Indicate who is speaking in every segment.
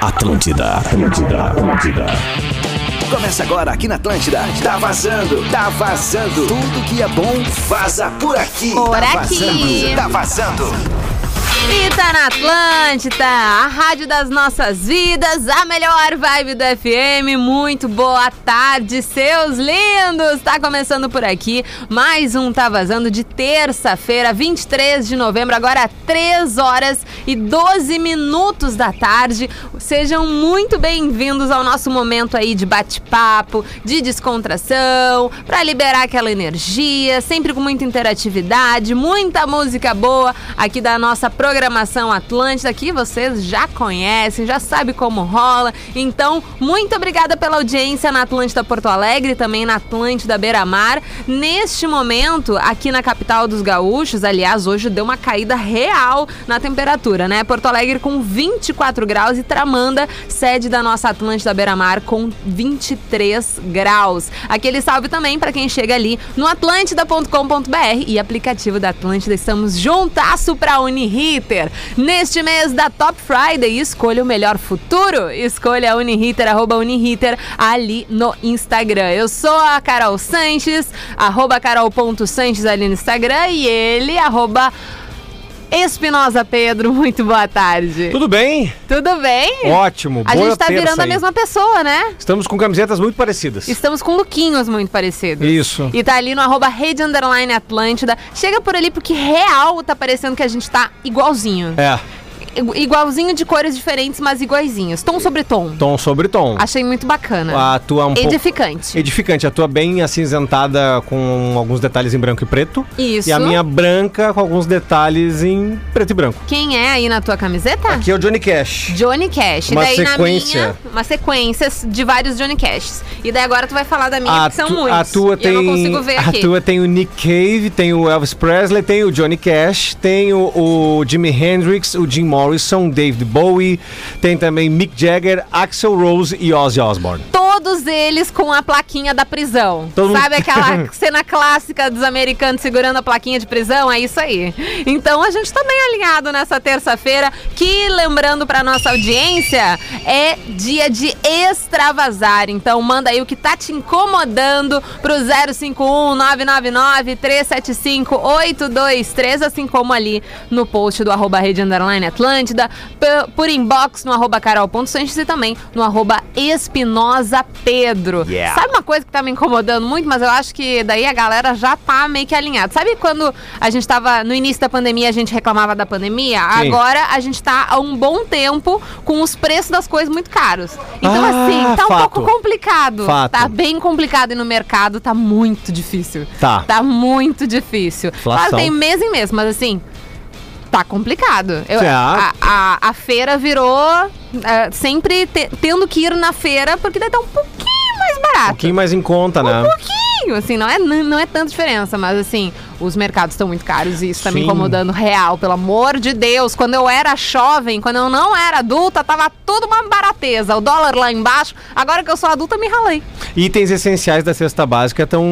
Speaker 1: Atlântida, Atlântida, Atlântida.
Speaker 2: Começa agora aqui na Atlântida. Tá vazando, tá vazando. Tudo que é bom vaza por aqui.
Speaker 3: Por
Speaker 2: tá
Speaker 3: aqui.
Speaker 2: Vazando, tá vazando.
Speaker 3: E tá na Atlântida, a rádio das nossas vidas, a melhor vibe do FM. Muito boa tarde, seus lindos! Tá começando por aqui mais um Tá Vazando de terça-feira, 23 de novembro, agora 3 horas e 12 minutos da tarde. Sejam muito bem-vindos ao nosso momento aí de bate-papo, de descontração, pra liberar aquela energia, sempre com muita interatividade, muita música boa aqui da nossa programação Atlântida, que vocês já conhecem, já sabe como rola. Então, muito obrigada pela audiência na Atlântida Porto Alegre, também na Atlântida Beira Mar. Neste momento, aqui na capital dos gaúchos, aliás, hoje deu uma caída real na temperatura, né? Porto Alegre com 24 graus e Tramanda, sede da nossa Atlântida Beira Mar, com 23 graus. Aquele salve também para quem chega ali no atlântida.com.br e aplicativo da Atlântida. Estamos juntasso para Uniriter. Neste mês da Top Friday, escolha o melhor futuro. Escolha a Uniriter, arroba Uniriter, ali no Instagram. Eu sou a Carol Sanches, arroba carol.sanches ali no Instagram e ele, arroba Espinosa Pedro. Muito boa tarde.
Speaker 4: Tudo bem?
Speaker 3: Tudo bem?
Speaker 4: Ótimo.
Speaker 3: A
Speaker 4: boa
Speaker 3: gente tá
Speaker 4: terça
Speaker 3: virando a
Speaker 4: aí.
Speaker 3: mesma pessoa, né?
Speaker 4: Estamos com camisetas muito parecidas.
Speaker 3: Estamos com lookinhos muito parecidos.
Speaker 4: Isso.
Speaker 3: E tá ali no arroba rede underline Atlântida. Chega por ali porque real tá parecendo que a gente tá igualzinho.
Speaker 4: É,
Speaker 3: Igu- Igualzinho de cores diferentes, mas iguaizinhos. Tom sobre tom.
Speaker 4: tom sobre tom.
Speaker 3: Achei muito bacana.
Speaker 4: A tua um pouco...
Speaker 3: Edificante.
Speaker 4: Edificante. A tua bem acinzentada com alguns detalhes em branco e preto.
Speaker 3: Isso.
Speaker 4: E a minha branca com alguns detalhes em preto e branco.
Speaker 3: Quem é aí na tua camiseta?
Speaker 4: Aqui é o Johnny Cash.
Speaker 3: Johnny Cash.
Speaker 4: Uma
Speaker 3: e daí na
Speaker 4: sequência.
Speaker 3: minha, uma sequência de vários Johnny Cashs. E daí agora tu vai falar da minha,
Speaker 4: A,
Speaker 3: que são
Speaker 4: Ah, tu-
Speaker 3: muitos.
Speaker 4: a tua
Speaker 3: e
Speaker 4: tem
Speaker 3: eu não consigo ver
Speaker 4: a
Speaker 3: aqui.
Speaker 4: tua tem o Nick Cave, tem o Elvis Presley, tem o Johnny Cash, tem o, o Jimi Hendrix, o Jim Morrison, David Bowie, tem também Mick Jagger, Axel Rose e Ozzy Osbourne.
Speaker 3: Todos eles com a plaquinha da prisão.
Speaker 4: Todo mundo-
Speaker 3: Sabe aquela cena clássica dos americanos segurando a plaquinha de prisão? É isso aí. Então a gente tá bem alinhado nessa terça-feira, que lembrando pra nossa audiência, é dia de extravasar. Então manda aí o que tá te incomodando pro 051 999 375 823, assim como ali no post do arroba rede underline Atlântida, p- por inbox no arroba carol.sanches e também no arroba espinosa pedro.
Speaker 4: Yeah.
Speaker 3: Sabe uma coisa que tá me incomodando muito, mas eu acho que daí a galera já tá meio que alinhada. Sabe quando a gente tava no início da pandemia, a gente reclamava da pandemia?
Speaker 4: Sim.
Speaker 3: Agora a gente tá há um bom tempo com os preços das coisas muito caros. Então
Speaker 4: Ah,
Speaker 3: assim, tá um
Speaker 4: fato.
Speaker 3: pouco complicado.
Speaker 4: Fato.
Speaker 3: Tá bem complicado e no mercado tá muito difícil.
Speaker 4: Tá.
Speaker 3: Tá muito difícil. Claro,
Speaker 4: Inflação.
Speaker 3: tem mês em mês, mas assim, tá complicado. Eu- a,
Speaker 4: Tá.
Speaker 3: a, a feira virou é, sempre te- tendo que ir na feira, porque daí tá um pouquinho mais
Speaker 4: Um
Speaker 3: barato.
Speaker 4: pouquinho mais em conta, né?
Speaker 3: Um pouquinho, assim, não é, n- não é tanta diferença, mas assim, os mercados estão muito caros e isso tá me
Speaker 4: Sim.
Speaker 3: incomodando real, pelo amor de Deus. Quando eu era jovem, quando eu não era adulta, tava tudo uma barateza. O dólar lá embaixo, agora que eu sou adulta, me ralei.
Speaker 4: Itens essenciais da cesta básica estão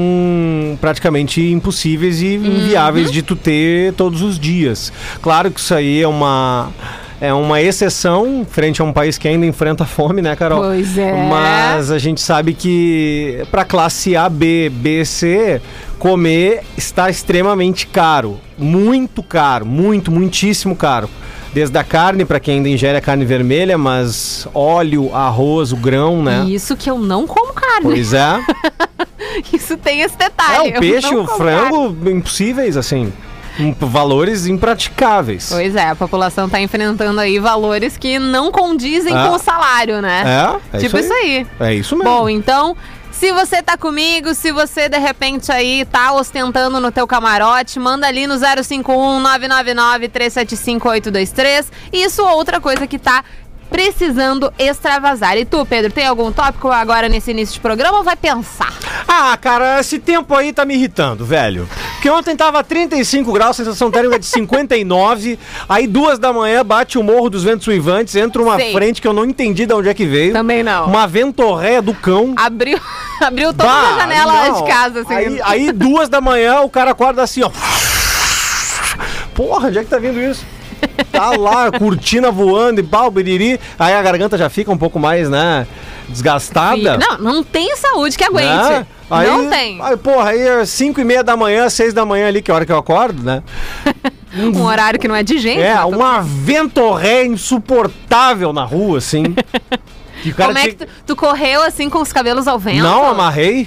Speaker 4: praticamente impossíveis e
Speaker 3: Uhum.
Speaker 4: inviáveis de tu ter todos os dias. Claro que isso aí é uma. É uma exceção frente a um país que ainda enfrenta fome, né, Carol?
Speaker 3: Pois é.
Speaker 4: Mas a gente sabe que para classe A, B, B, C, comer está extremamente caro, muito caro, muito, muitíssimo caro. Desde a carne para quem ainda ingere a carne vermelha, mas óleo, arroz, o grão, né?
Speaker 3: E Isso que eu não como carne.
Speaker 4: Pois é.
Speaker 3: Isso tem esse
Speaker 4: É,
Speaker 3: detalhe.
Speaker 4: o peixe,
Speaker 3: Eu não
Speaker 4: o
Speaker 3: como
Speaker 4: frango, impossíveis, assim. Im- Valores impratificáveis.
Speaker 3: Pois é, a população tá enfrentando aí valores que não condizem
Speaker 4: É.
Speaker 3: com o salário, né?
Speaker 4: É, é
Speaker 3: tipo isso aí.
Speaker 4: É isso mesmo.
Speaker 3: Bom, então, se você tá comigo, se você de repente aí tá ostentando no teu camarote, manda ali no 051 999 375823. Isso ou outra coisa que tá precisando extravasar. E tu, Pedro, tem algum tópico agora nesse início de programa ou vai pensar?
Speaker 4: Ah, cara, esse tempo aí tá me irritando, velho. Porque ontem tava 35 graus, sensação térmica é de 59. aí duas da manhã bate o Morro dos Ventos Uivantes, entra uma
Speaker 3: Sei.
Speaker 4: frente que eu não entendi de onde é que veio.
Speaker 3: Também não.
Speaker 4: Uma ventorréia do cão.
Speaker 3: Abriu, abriu toda
Speaker 4: Bah,
Speaker 3: a janela
Speaker 4: não.
Speaker 3: de casa, assim.
Speaker 4: Aí, aí duas da manhã o cara acorda assim, ó. Porra, onde é que tá vindo isso? Tá lá, cortina voando e pau, biriri. Aí a garganta já fica um pouco mais, né? Desgastada.
Speaker 3: Não, não tem saúde que aguente.
Speaker 4: Né? Aí,
Speaker 3: não tem.
Speaker 4: Aí, porra, aí é 5 e meia da manhã, 6 da manhã ali, que é a hora que eu acordo, né?
Speaker 3: Um horário que não é de gente.
Speaker 4: É,
Speaker 3: né? Tô-
Speaker 4: uma ventorré insuportável na rua, assim. Que o cara
Speaker 3: Como é que
Speaker 4: tinha-
Speaker 3: tu, tu correu assim com os cabelos ao vento?
Speaker 4: Não amarrei.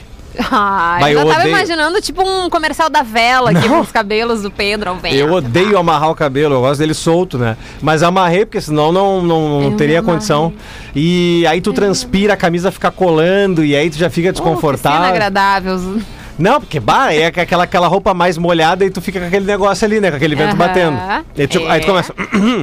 Speaker 3: Ah,
Speaker 4: Mas
Speaker 3: eu
Speaker 4: eu
Speaker 3: já tava
Speaker 4: odeio.
Speaker 3: imaginando tipo um comercial da vela aqui
Speaker 4: Não.
Speaker 3: com os cabelos do Pedro ao vento. Uh,
Speaker 4: Eu odeio amarrar o cabelo, eu gosto dele solto, né? Mas amarrei, porque senão não, não, não
Speaker 3: Eu
Speaker 4: teria
Speaker 3: amarrei.
Speaker 4: condição. E aí tu transpira, a camisa fica colando, e aí tu já fica
Speaker 3: Oh, que cena
Speaker 4: desconfortável.
Speaker 3: agradável.
Speaker 4: não, porque bah, é aquela, aquela roupa mais molhada e tu fica com aquele negócio ali, né? Com aquele vento
Speaker 3: Aham,
Speaker 4: batendo. E tu- Aí tu
Speaker 3: é.
Speaker 4: começa.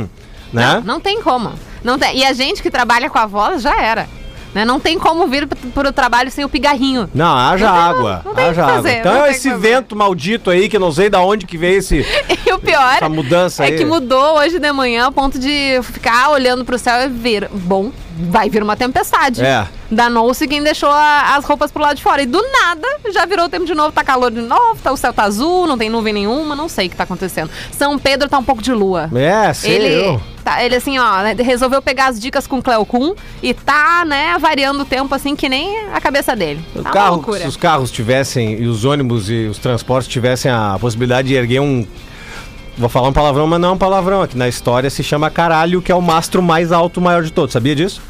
Speaker 4: né?
Speaker 3: Não tem como. Não tem. E a gente que trabalha com a voz já era. Né? Não tem como vir pro, pro trabalho sem o pigarrinho.
Speaker 4: Não, haja
Speaker 3: Não tem-
Speaker 4: água.
Speaker 3: não tem o que
Speaker 4: haja
Speaker 3: fazer,
Speaker 4: água. Então
Speaker 3: não
Speaker 4: é
Speaker 3: tem o que
Speaker 4: esse
Speaker 3: fazer.
Speaker 4: vento maldito aí, que eu não sei da onde que veio esse.
Speaker 3: E o pior
Speaker 4: Essa mudança
Speaker 3: é
Speaker 4: aí.
Speaker 3: que mudou hoje de manhã ao ponto de ficar olhando pro céu e ver. Bom, vai vir uma tempestade.
Speaker 4: É.
Speaker 3: Danou-se quem deixou a- as roupas pro lado de fora. E do nada já virou o tempo de novo, tá calor de novo, tá, o céu tá azul, não tem nuvem nenhuma, não sei o que tá acontecendo. São Pedro tá um pouco de lua.
Speaker 4: É, sei
Speaker 3: Ele,
Speaker 4: eu.
Speaker 3: tá, ele assim, ó, resolveu pegar as dicas com o Cleo Kuhn e tá, né, variando o tempo assim que nem a cabeça dele. Tá
Speaker 4: O
Speaker 3: uma
Speaker 4: carro- se
Speaker 3: loucura.
Speaker 4: os carros tivessem, e os ônibus e os transportes tivessem a possibilidade de erguer um. Vou falar um palavrão, mas não é um palavrão. Aqui na história se chama caralho, que é o mastro mais alto, maior de todos. Sabia disso?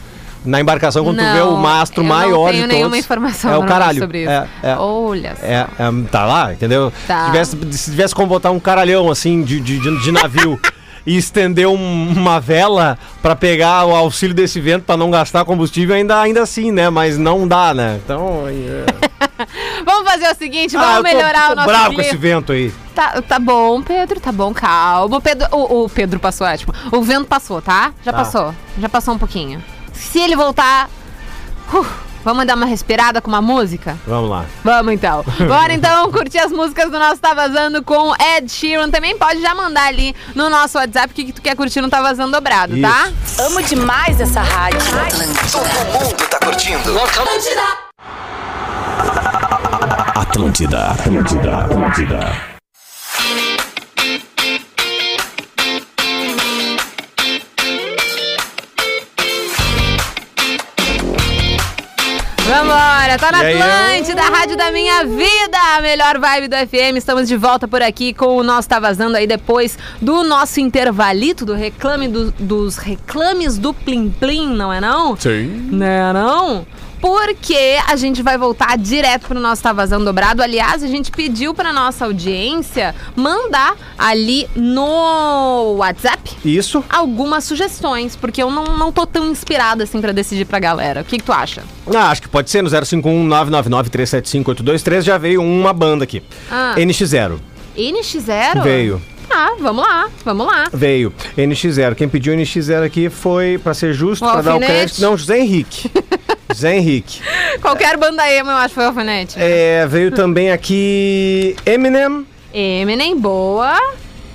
Speaker 4: Na embarcação, quando
Speaker 3: Não,
Speaker 4: tu vê o mastro
Speaker 3: eu
Speaker 4: maior de
Speaker 3: não tenho
Speaker 4: todos.
Speaker 3: nenhuma informação
Speaker 4: é o
Speaker 3: pra
Speaker 4: caralho.
Speaker 3: sobre isso.
Speaker 4: É, é,
Speaker 3: Olha só.
Speaker 4: é, é, tá lá, entendeu? Se,
Speaker 3: Tá.
Speaker 4: tivesse, se tivesse como botar um caralhão assim de, de, de- de navio e estender um- uma vela pra pegar o auxílio desse vento pra não gastar combustível, ainda, ainda assim, né? Mas não dá, né? Então. é.
Speaker 3: Vamos fazer o seguinte,
Speaker 4: Ah,
Speaker 3: vamos
Speaker 4: eu tô-
Speaker 3: melhorar
Speaker 4: tô
Speaker 3: o nosso
Speaker 4: bravo
Speaker 3: clima.
Speaker 4: com esse vento aí.
Speaker 3: Tá, tá bom, Pedro, tá bom, calma. O Pedro, o, o Pedro passou, é ótimo. O vento passou, tá? Já
Speaker 4: Tá.
Speaker 3: passou, já passou um pouquinho. Se ele voltar, uh, vamos dar uma respirada com uma música?
Speaker 4: Vamos lá.
Speaker 3: Vamos então. Bora então curtir as músicas do nosso Tá Vazando com Ed Sheeran. Também pode já mandar ali no nosso WhatsApp o que, que tu quer curtir no Tá Vazando dobrado, tá?
Speaker 5: Amo demais essa rádio.
Speaker 2: Todo mundo tá curtindo.
Speaker 1: Atlântida, Atlântida, Atlântida.
Speaker 3: Vambora, tá na
Speaker 4: E aí,
Speaker 3: Atlântida, da Rádio da Minha Vida, a melhor vibe do FM. Estamos de volta por aqui com o nosso Tá Vazando aí depois do nosso intervalito, do reclame do- dos reclames do Plim Plim, não é não?
Speaker 6: Sim.
Speaker 3: Né, não? Porque a gente vai voltar direto pro nosso Tá Vazando Dobrado. Aliás, a gente pediu pra nossa audiência mandar ali no WhatsApp
Speaker 4: Isso.
Speaker 3: algumas sugestões, porque eu não, não tô tão inspirada assim pra decidir pra galera. O que, que tu acha?
Speaker 4: Ah, acho que pode ser no 051 999 375 823. Já veio uma banda aqui.
Speaker 3: Ah.
Speaker 4: NX0.
Speaker 3: NX0?
Speaker 4: Veio.
Speaker 3: Ah, vamos lá, vamos lá.
Speaker 4: Veio. NX0. Quem pediu NX0 aqui foi, pra ser justo,
Speaker 3: O
Speaker 4: pra dar o
Speaker 3: Alfinete.
Speaker 4: crédito. Não, José Henrique. José Henrique.
Speaker 3: Qualquer banda emo, eu acho que foi alfinete.
Speaker 4: É, veio também aqui Eminem.
Speaker 3: Eminem, boa.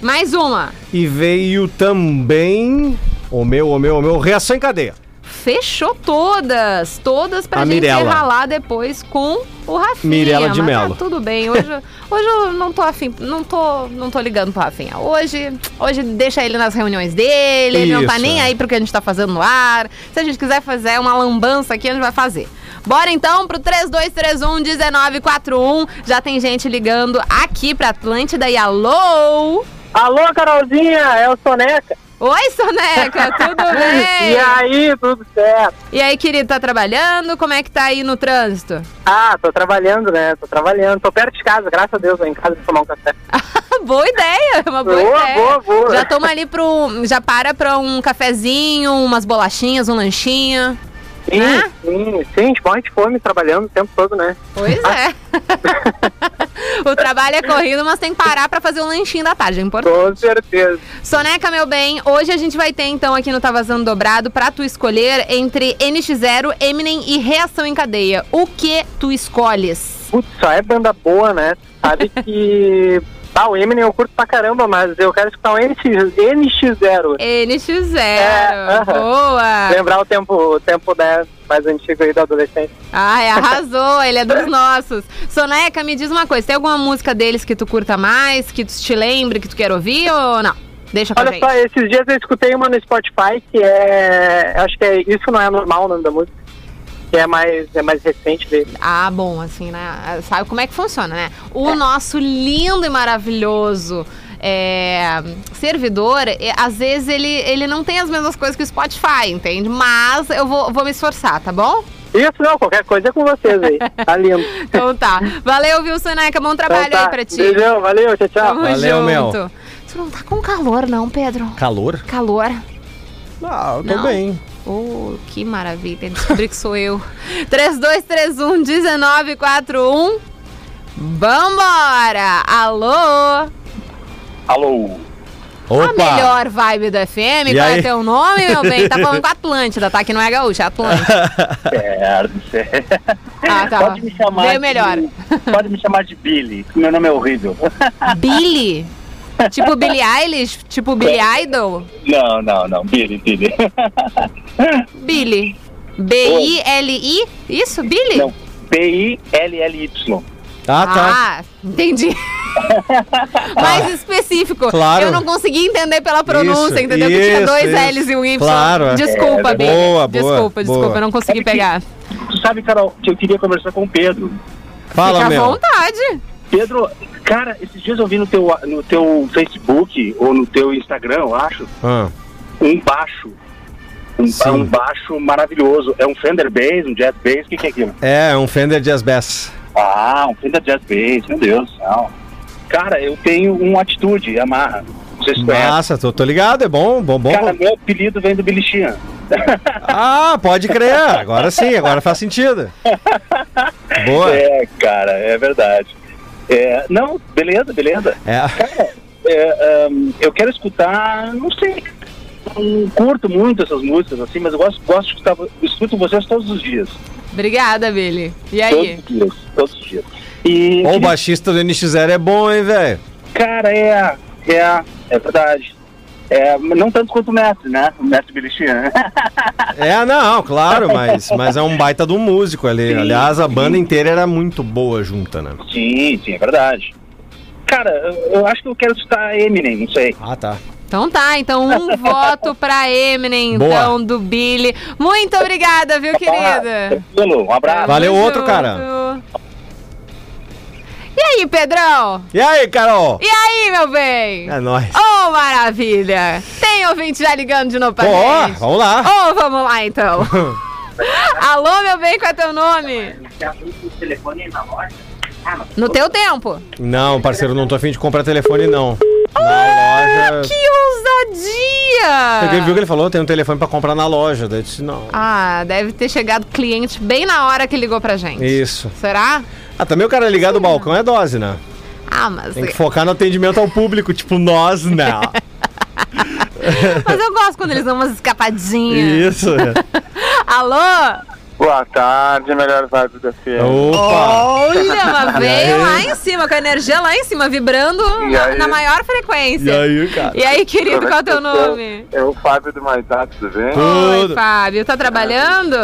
Speaker 3: Mais uma.
Speaker 4: E veio também. O meu, o meu, o meu. Reação em cadeia.
Speaker 3: Fechou todas, todas pra
Speaker 4: A
Speaker 3: gente
Speaker 4: Mirella.
Speaker 3: ralar depois com o Rafinha.
Speaker 4: Mirella de
Speaker 3: mas tá
Speaker 4: Mello.
Speaker 3: tudo bem, hoje, hoje eu não tô afim, não tô, não tô ligando pro Rafinha. Hoje, hoje deixa ele nas reuniões dele, ele não tá
Speaker 4: Isso,
Speaker 3: nem
Speaker 4: é.
Speaker 3: aí pro que a gente tá fazendo no ar. Se a gente quiser fazer uma lambança aqui, a gente vai fazer. Bora então pro 3231-1941. Já tem gente ligando aqui pra Atlântida e alô!
Speaker 7: Alô, Carolzinha, é o Soneca.
Speaker 3: Oi, Soneca, tudo bem?
Speaker 7: E aí, tudo certo?
Speaker 3: E aí, querido, tá trabalhando? Como é que tá aí no trânsito?
Speaker 7: Ah, tô trabalhando, né? Tô trabalhando. Tô perto de casa, graças a Deus, tô em casa pra tomar um café.
Speaker 3: boa ideia, uma boa,
Speaker 7: Boa,
Speaker 3: ideia.
Speaker 7: boa, boa.
Speaker 3: é. Já toma ali pro. Já para pra um cafezinho, umas bolachinhas, um lanchinho.
Speaker 7: Sim,
Speaker 3: Né?
Speaker 7: sim, sim, a gente morre de fome trabalhando o tempo todo, né?
Speaker 3: Pois é. o trabalho é corrido, mas tem que parar pra fazer um lanchinho da tarde, é importante.
Speaker 7: Com certeza.
Speaker 3: Soneca, meu bem, hoje a gente vai ter então aqui no Tá Vazando Dobrado pra tu escolher entre NX0, Eminem e Reação em Cadeia. O que tu escolhes?
Speaker 7: Putz, só é banda boa, né? Sabe que. Ah, o Eminem eu curto pra caramba, mas eu quero escutar um NX, NX0.
Speaker 3: NX0.
Speaker 7: É, aham.
Speaker 3: Boa!
Speaker 7: Lembrar o tempo, o tempo né, mais antigo aí da adolescência.
Speaker 3: Ai, arrasou, ele é dos nossos. Soneca, me diz uma coisa, tem alguma música deles que tu curta mais, que tu te lembre, que tu quer ouvir ou não? Deixa com a
Speaker 7: Olha
Speaker 3: gente.
Speaker 7: só, esses dias eu escutei uma no Spotify que é. Acho que é Isso Não É Normal o nome da música. Que é mais, é mais recente dele.
Speaker 3: Ah, bom, assim, né? Sabe como é que funciona, né? O nosso lindo e maravilhoso é, servidor, é, às vezes ele, ele não tem as mesmas coisas que o Spotify, entende? Mas eu vou, vou me esforçar, tá bom?
Speaker 7: Isso não, qualquer coisa é com vocês aí. Tá lindo.
Speaker 3: Então tá. Valeu, viu, Soneca? Bom trabalho
Speaker 7: Então tá,
Speaker 3: aí pra ti.
Speaker 7: Beijão, valeu, tchau, tchau.
Speaker 3: Tamo
Speaker 4: Valeu,
Speaker 3: junto.
Speaker 4: meu.
Speaker 3: Tu não tá com calor, não, Pedro?
Speaker 4: Calor?
Speaker 3: Calor.
Speaker 4: Ah, eu tô
Speaker 3: Não.
Speaker 4: bem.
Speaker 3: Oh, que maravilha. Descobri que sou eu. 3231 1941. Vambora! Alô!
Speaker 6: Alô,
Speaker 3: A Ah, melhor vibe do FM,
Speaker 4: E
Speaker 3: qual é
Speaker 4: aí?
Speaker 3: teu nome, meu bem? Tá falando com a Atlântida, tá? Que não é gaúcha, é Atlântida.
Speaker 6: certo, certo.
Speaker 3: Ah, tá.
Speaker 6: Pode me chamar
Speaker 3: Veio
Speaker 6: de-
Speaker 3: melhor.
Speaker 6: Pode me chamar de Billy, que meu nome é horrível.
Speaker 3: Billy? Tipo Billie Eilish? Tipo Billy Idol?
Speaker 6: Não, não, não, Billy, Billy.
Speaker 3: Billy. B-I-L-I? Isso, Billy?
Speaker 6: Não, B-I-L-L-Y.
Speaker 4: Ah, tá.
Speaker 3: Ah, entendi. Mais específico.
Speaker 4: Claro.
Speaker 3: Eu não consegui entender pela pronúncia,
Speaker 4: Isso,
Speaker 3: entendeu? que tinha
Speaker 4: isso,
Speaker 3: dois
Speaker 4: isso.
Speaker 3: L's e um Y.
Speaker 4: Claro, é.
Speaker 3: Desculpa,
Speaker 6: É,
Speaker 3: Billy.
Speaker 4: boa, boa,
Speaker 3: Desculpa, desculpa,
Speaker 4: boa.
Speaker 3: eu não consegui
Speaker 6: É porque-
Speaker 3: pegar.
Speaker 6: Tu sabe, Carol, que eu queria conversar com o Pedro.
Speaker 4: Fala,
Speaker 3: Fica à
Speaker 4: meu.
Speaker 3: vontade.
Speaker 6: Pedro, cara, esses dias eu vi no teu, no teu Facebook ou no teu Instagram, eu acho,
Speaker 4: Ah,
Speaker 6: um baixo.
Speaker 4: Sim.
Speaker 6: Um, um baixo maravilhoso. É um Fender Bass, um Jazz Bass, o que, que é aquilo?
Speaker 4: é, um Fender Jazz Bass.
Speaker 6: Ah, um Fender Jazz Bass, meu Deus do céu. Cara, eu tenho um Atitude, Yamaha. Vocês conhecem?
Speaker 4: Massa, tô, tô ligado, é bom, bom, bom.
Speaker 6: Cara, meu apelido vem do Billy Sheehan.
Speaker 4: Ah, pode crer. Agora sim, agora faz sentido. Boa.
Speaker 6: É, cara, é verdade. É, não, beleza, beleza.
Speaker 4: É.
Speaker 6: Cara, é, hum, eu quero escutar, não sei, não curto muito essas músicas assim, mas eu gosto, gosto de escutar, escuto vocês todos os dias.
Speaker 3: Obrigada, Billy. E aí?
Speaker 6: Todos os dias, todos os dias. E,
Speaker 4: Ô, O baixista do NX0 é bom, hein, velho?
Speaker 6: cara, é, é, é verdade. É, não tanto quanto o mestre, né? O mestre Bilichian, né?
Speaker 4: É, não, claro, mas, mas é um baita de um músico ali.
Speaker 6: Sim,
Speaker 4: Aliás, a
Speaker 6: sim.
Speaker 4: banda inteira era muito boa junta, né?
Speaker 6: Sim, sim, é verdade. Cara, eu, eu acho que eu quero escutar Eminem, não sei.
Speaker 4: Ah, tá.
Speaker 3: Então tá, então um voto pra Eminem,
Speaker 4: Boa.
Speaker 3: então, do Billy. Muito obrigada, viu,
Speaker 6: Ah,
Speaker 3: querida?
Speaker 6: tranquilo, um abraço.
Speaker 4: Valeu,
Speaker 3: Tamo
Speaker 4: outro,
Speaker 3: junto.
Speaker 4: cara.
Speaker 3: E aí, Pedrão?
Speaker 4: E aí, Carol?
Speaker 3: E aí, meu bem?
Speaker 4: É nóis.
Speaker 3: Oh, maravilha! Tem ouvinte já ligando de novo pra
Speaker 4: Ó,
Speaker 3: gente.
Speaker 4: vamos lá.
Speaker 3: Oh, vamos lá então. Alô, meu bem, qual é teu nome? No teu tempo.
Speaker 4: Não, parceiro, não tô afim de comprar telefone, não. Na loja.
Speaker 3: Que
Speaker 4: Ele viu o
Speaker 3: ousadia!
Speaker 4: que ele falou? Tem um telefone pra comprar na loja. Daí eu disse, não.
Speaker 3: Ah, deve ter chegado cliente bem na hora que ligou pra gente.
Speaker 4: Isso.
Speaker 3: Será?
Speaker 4: Ah, também o cara ligar do balcão é dose, né?
Speaker 3: Ah, mas,
Speaker 4: Tem que focar no atendimento ao público, tipo nós, né?
Speaker 3: mas eu gosto quando eles dão umas escapadinhas.
Speaker 4: Isso. né?
Speaker 3: Alô?
Speaker 7: Boa tarde, melhor vibe do FM.
Speaker 4: Opa!
Speaker 3: Olha, mas veio
Speaker 4: aí?
Speaker 3: lá em cima, com a energia lá em cima, vibrando
Speaker 7: E
Speaker 3: na,
Speaker 7: aí?
Speaker 3: na maior frequência.
Speaker 4: E aí, cara?
Speaker 3: E aí, querido, qual é o teu nome?
Speaker 7: É o Fábio do Maidá, tudo bem?
Speaker 3: Oi,
Speaker 4: Tudo.
Speaker 3: Fábio, tá trabalhando?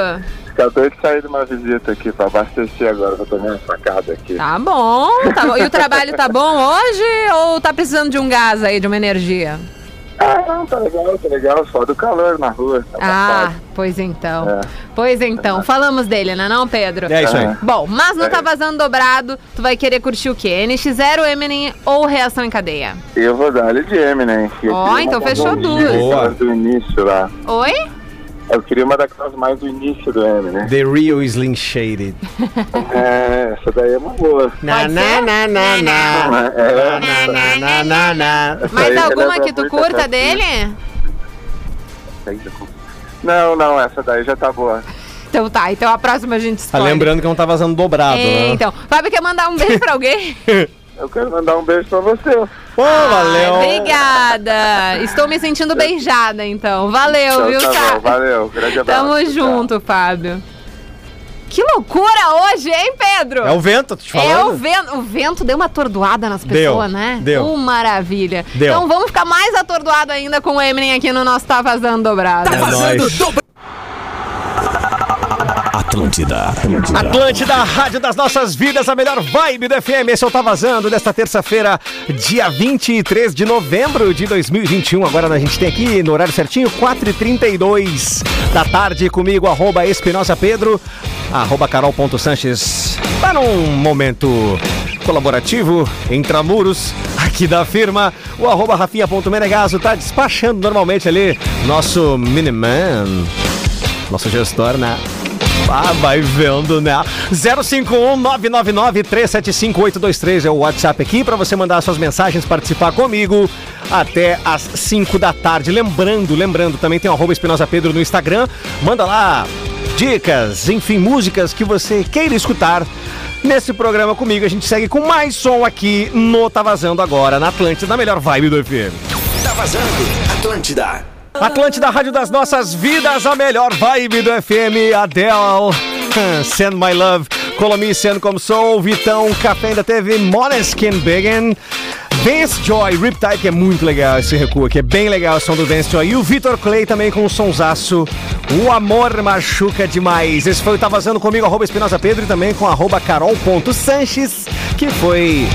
Speaker 7: Acabei de sair de uma visita aqui pra abastecer agora, vou tomar uma facada aqui.
Speaker 3: Tá bom, tá bom. E o trabalho tá bom hoje ou tá precisando de um gás aí, de uma energia?
Speaker 7: Ah, não, tá legal, tá legal, só do calor na rua. tá
Speaker 3: Ah, pois então.
Speaker 7: É.
Speaker 3: Pois então. Falamos dele, né não, Pedro?
Speaker 4: É isso É. aí.
Speaker 7: Aham.
Speaker 3: Bom, mas não tá vazando dobrado, tu vai querer curtir o quê? NX0, Eminem ou Reação em Cadeia?
Speaker 7: Eu vou dar ele de Eminem. Eu
Speaker 3: Ó,
Speaker 7: queria
Speaker 3: então
Speaker 7: uma
Speaker 3: fechou
Speaker 7: daquelas
Speaker 3: duas.
Speaker 4: Boa.
Speaker 7: Do início lá.
Speaker 3: Oi?
Speaker 7: Eu queria uma daquelas mais do início do Eminem.
Speaker 4: The Real Slim Shaded.
Speaker 7: É, essa daí é uma boa.
Speaker 4: Na,
Speaker 3: ser?
Speaker 4: na, na, na, na.
Speaker 3: Ah.
Speaker 7: É,
Speaker 4: Na, na, na, na, na. Tá
Speaker 7: Aí
Speaker 3: Mais
Speaker 7: me
Speaker 3: alguma
Speaker 7: lembra
Speaker 3: que tu
Speaker 7: muito
Speaker 3: curta
Speaker 7: aquela-
Speaker 3: dele?
Speaker 7: Não, não, essa daí já tá boa.
Speaker 3: Então tá, então a próxima a gente
Speaker 4: Tá
Speaker 3: escolhe.
Speaker 4: lembrando que não tá vazando dobrado,
Speaker 3: É,
Speaker 4: né?
Speaker 3: então. Fábio quer mandar um beijo pra alguém?
Speaker 7: Eu quero mandar um beijo pra você.
Speaker 4: Pô,
Speaker 3: Ah,
Speaker 4: valeu.
Speaker 3: Ai, obrigada. Estou me sentindo beijada, então. Valeu,
Speaker 7: Então
Speaker 3: viu,
Speaker 7: tá bom,
Speaker 3: Fábio?
Speaker 7: valeu. Grande abraço.
Speaker 3: Tamo
Speaker 7: tchau.
Speaker 3: junto, Fábio. Que loucura hoje, hein, Pedro?
Speaker 4: É o vento, tô te
Speaker 3: É o
Speaker 4: falando.
Speaker 3: vento. O vento deu uma atordoada nas
Speaker 4: Deu,
Speaker 3: pessoas, né?
Speaker 4: deu.
Speaker 3: Oh, maravilha.
Speaker 4: Deu.
Speaker 3: Então vamos ficar mais atordoado ainda com o
Speaker 4: Tá
Speaker 3: Eminem aqui no nosso Tá Vazando Dobrado.
Speaker 4: É nóis.
Speaker 1: Atlântida, Atlântida.
Speaker 4: Atlântida, a rádio das nossas vidas, a melhor vibe do FM. Esse é o Tá Vazando, desta terça-feira, dia 23 de novembro de 2021. Agora a gente tem aqui, no horário certinho, 4h32 da tarde, comigo, arroba Espinosa Pedro, arroba carol.sanches, para um momento colaborativo, intramuros, aqui da firma, o arroba rafinha.menegaso, tá despachando normalmente ali, nosso miniman, nosso gestor, né? Ah, vai vendo, né? 051-999-375-823 é o WhatsApp aqui para você mandar suas mensagens, participar comigo até às 5 da tarde. Lembrando, lembrando, também tem o arroba Espinosa Pedro no Instagram. Manda lá dicas, enfim, músicas que você queira escutar nesse programa comigo. A gente segue com mais som aqui no Tá Vazando Agora, na Atlântida, na melhor vibe do FM.
Speaker 2: Tá vazando. Atlântida.
Speaker 4: Atlântida, Rádio das Nossas Vidas, a melhor vibe do FM, Adele, Send My Love, Colomi, Sendo Como Sou, Vitão, Café ainda teve, Moneskin Begin, Vance Joy, Riptide, que é muito legal esse recuo aqui, é bem legal o som do Vance Joy, e o Vitor Clay também com o sonsaço, O Amor Machuca Demais. Esse foi o Tá Vazando comigo, arroba Espinosa Pedro, e também com arroba carol.sanches, que foi,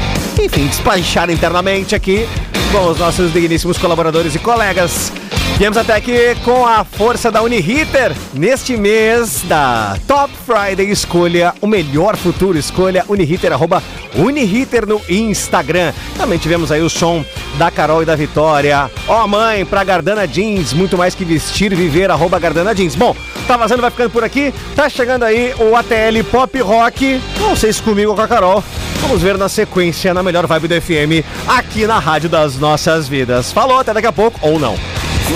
Speaker 4: enfim, despachar internamente aqui com os nossos digníssimos colaboradores e colegas. Viemos até aqui com a força da Unihitter. Neste mês da Top Friday, escolha o melhor futuro. Escolha Unihitter, arroba Unihitter no Instagram. Também tivemos aí o som da Carol e da Vitória. Ó oh, mãe, pra Gardana Jeans, muito mais que vestir, viver, arroba Gardana Jeans. Bom, tá vazando, vai ficando por aqui. Tá chegando aí o ATL Pop Rock. Não sei se comigo ou com a Carol. Vamos ver na sequência, na melhor vibe do FM, aqui na Rádio das Nossas Vidas. Falou, até daqui a pouco, ou não.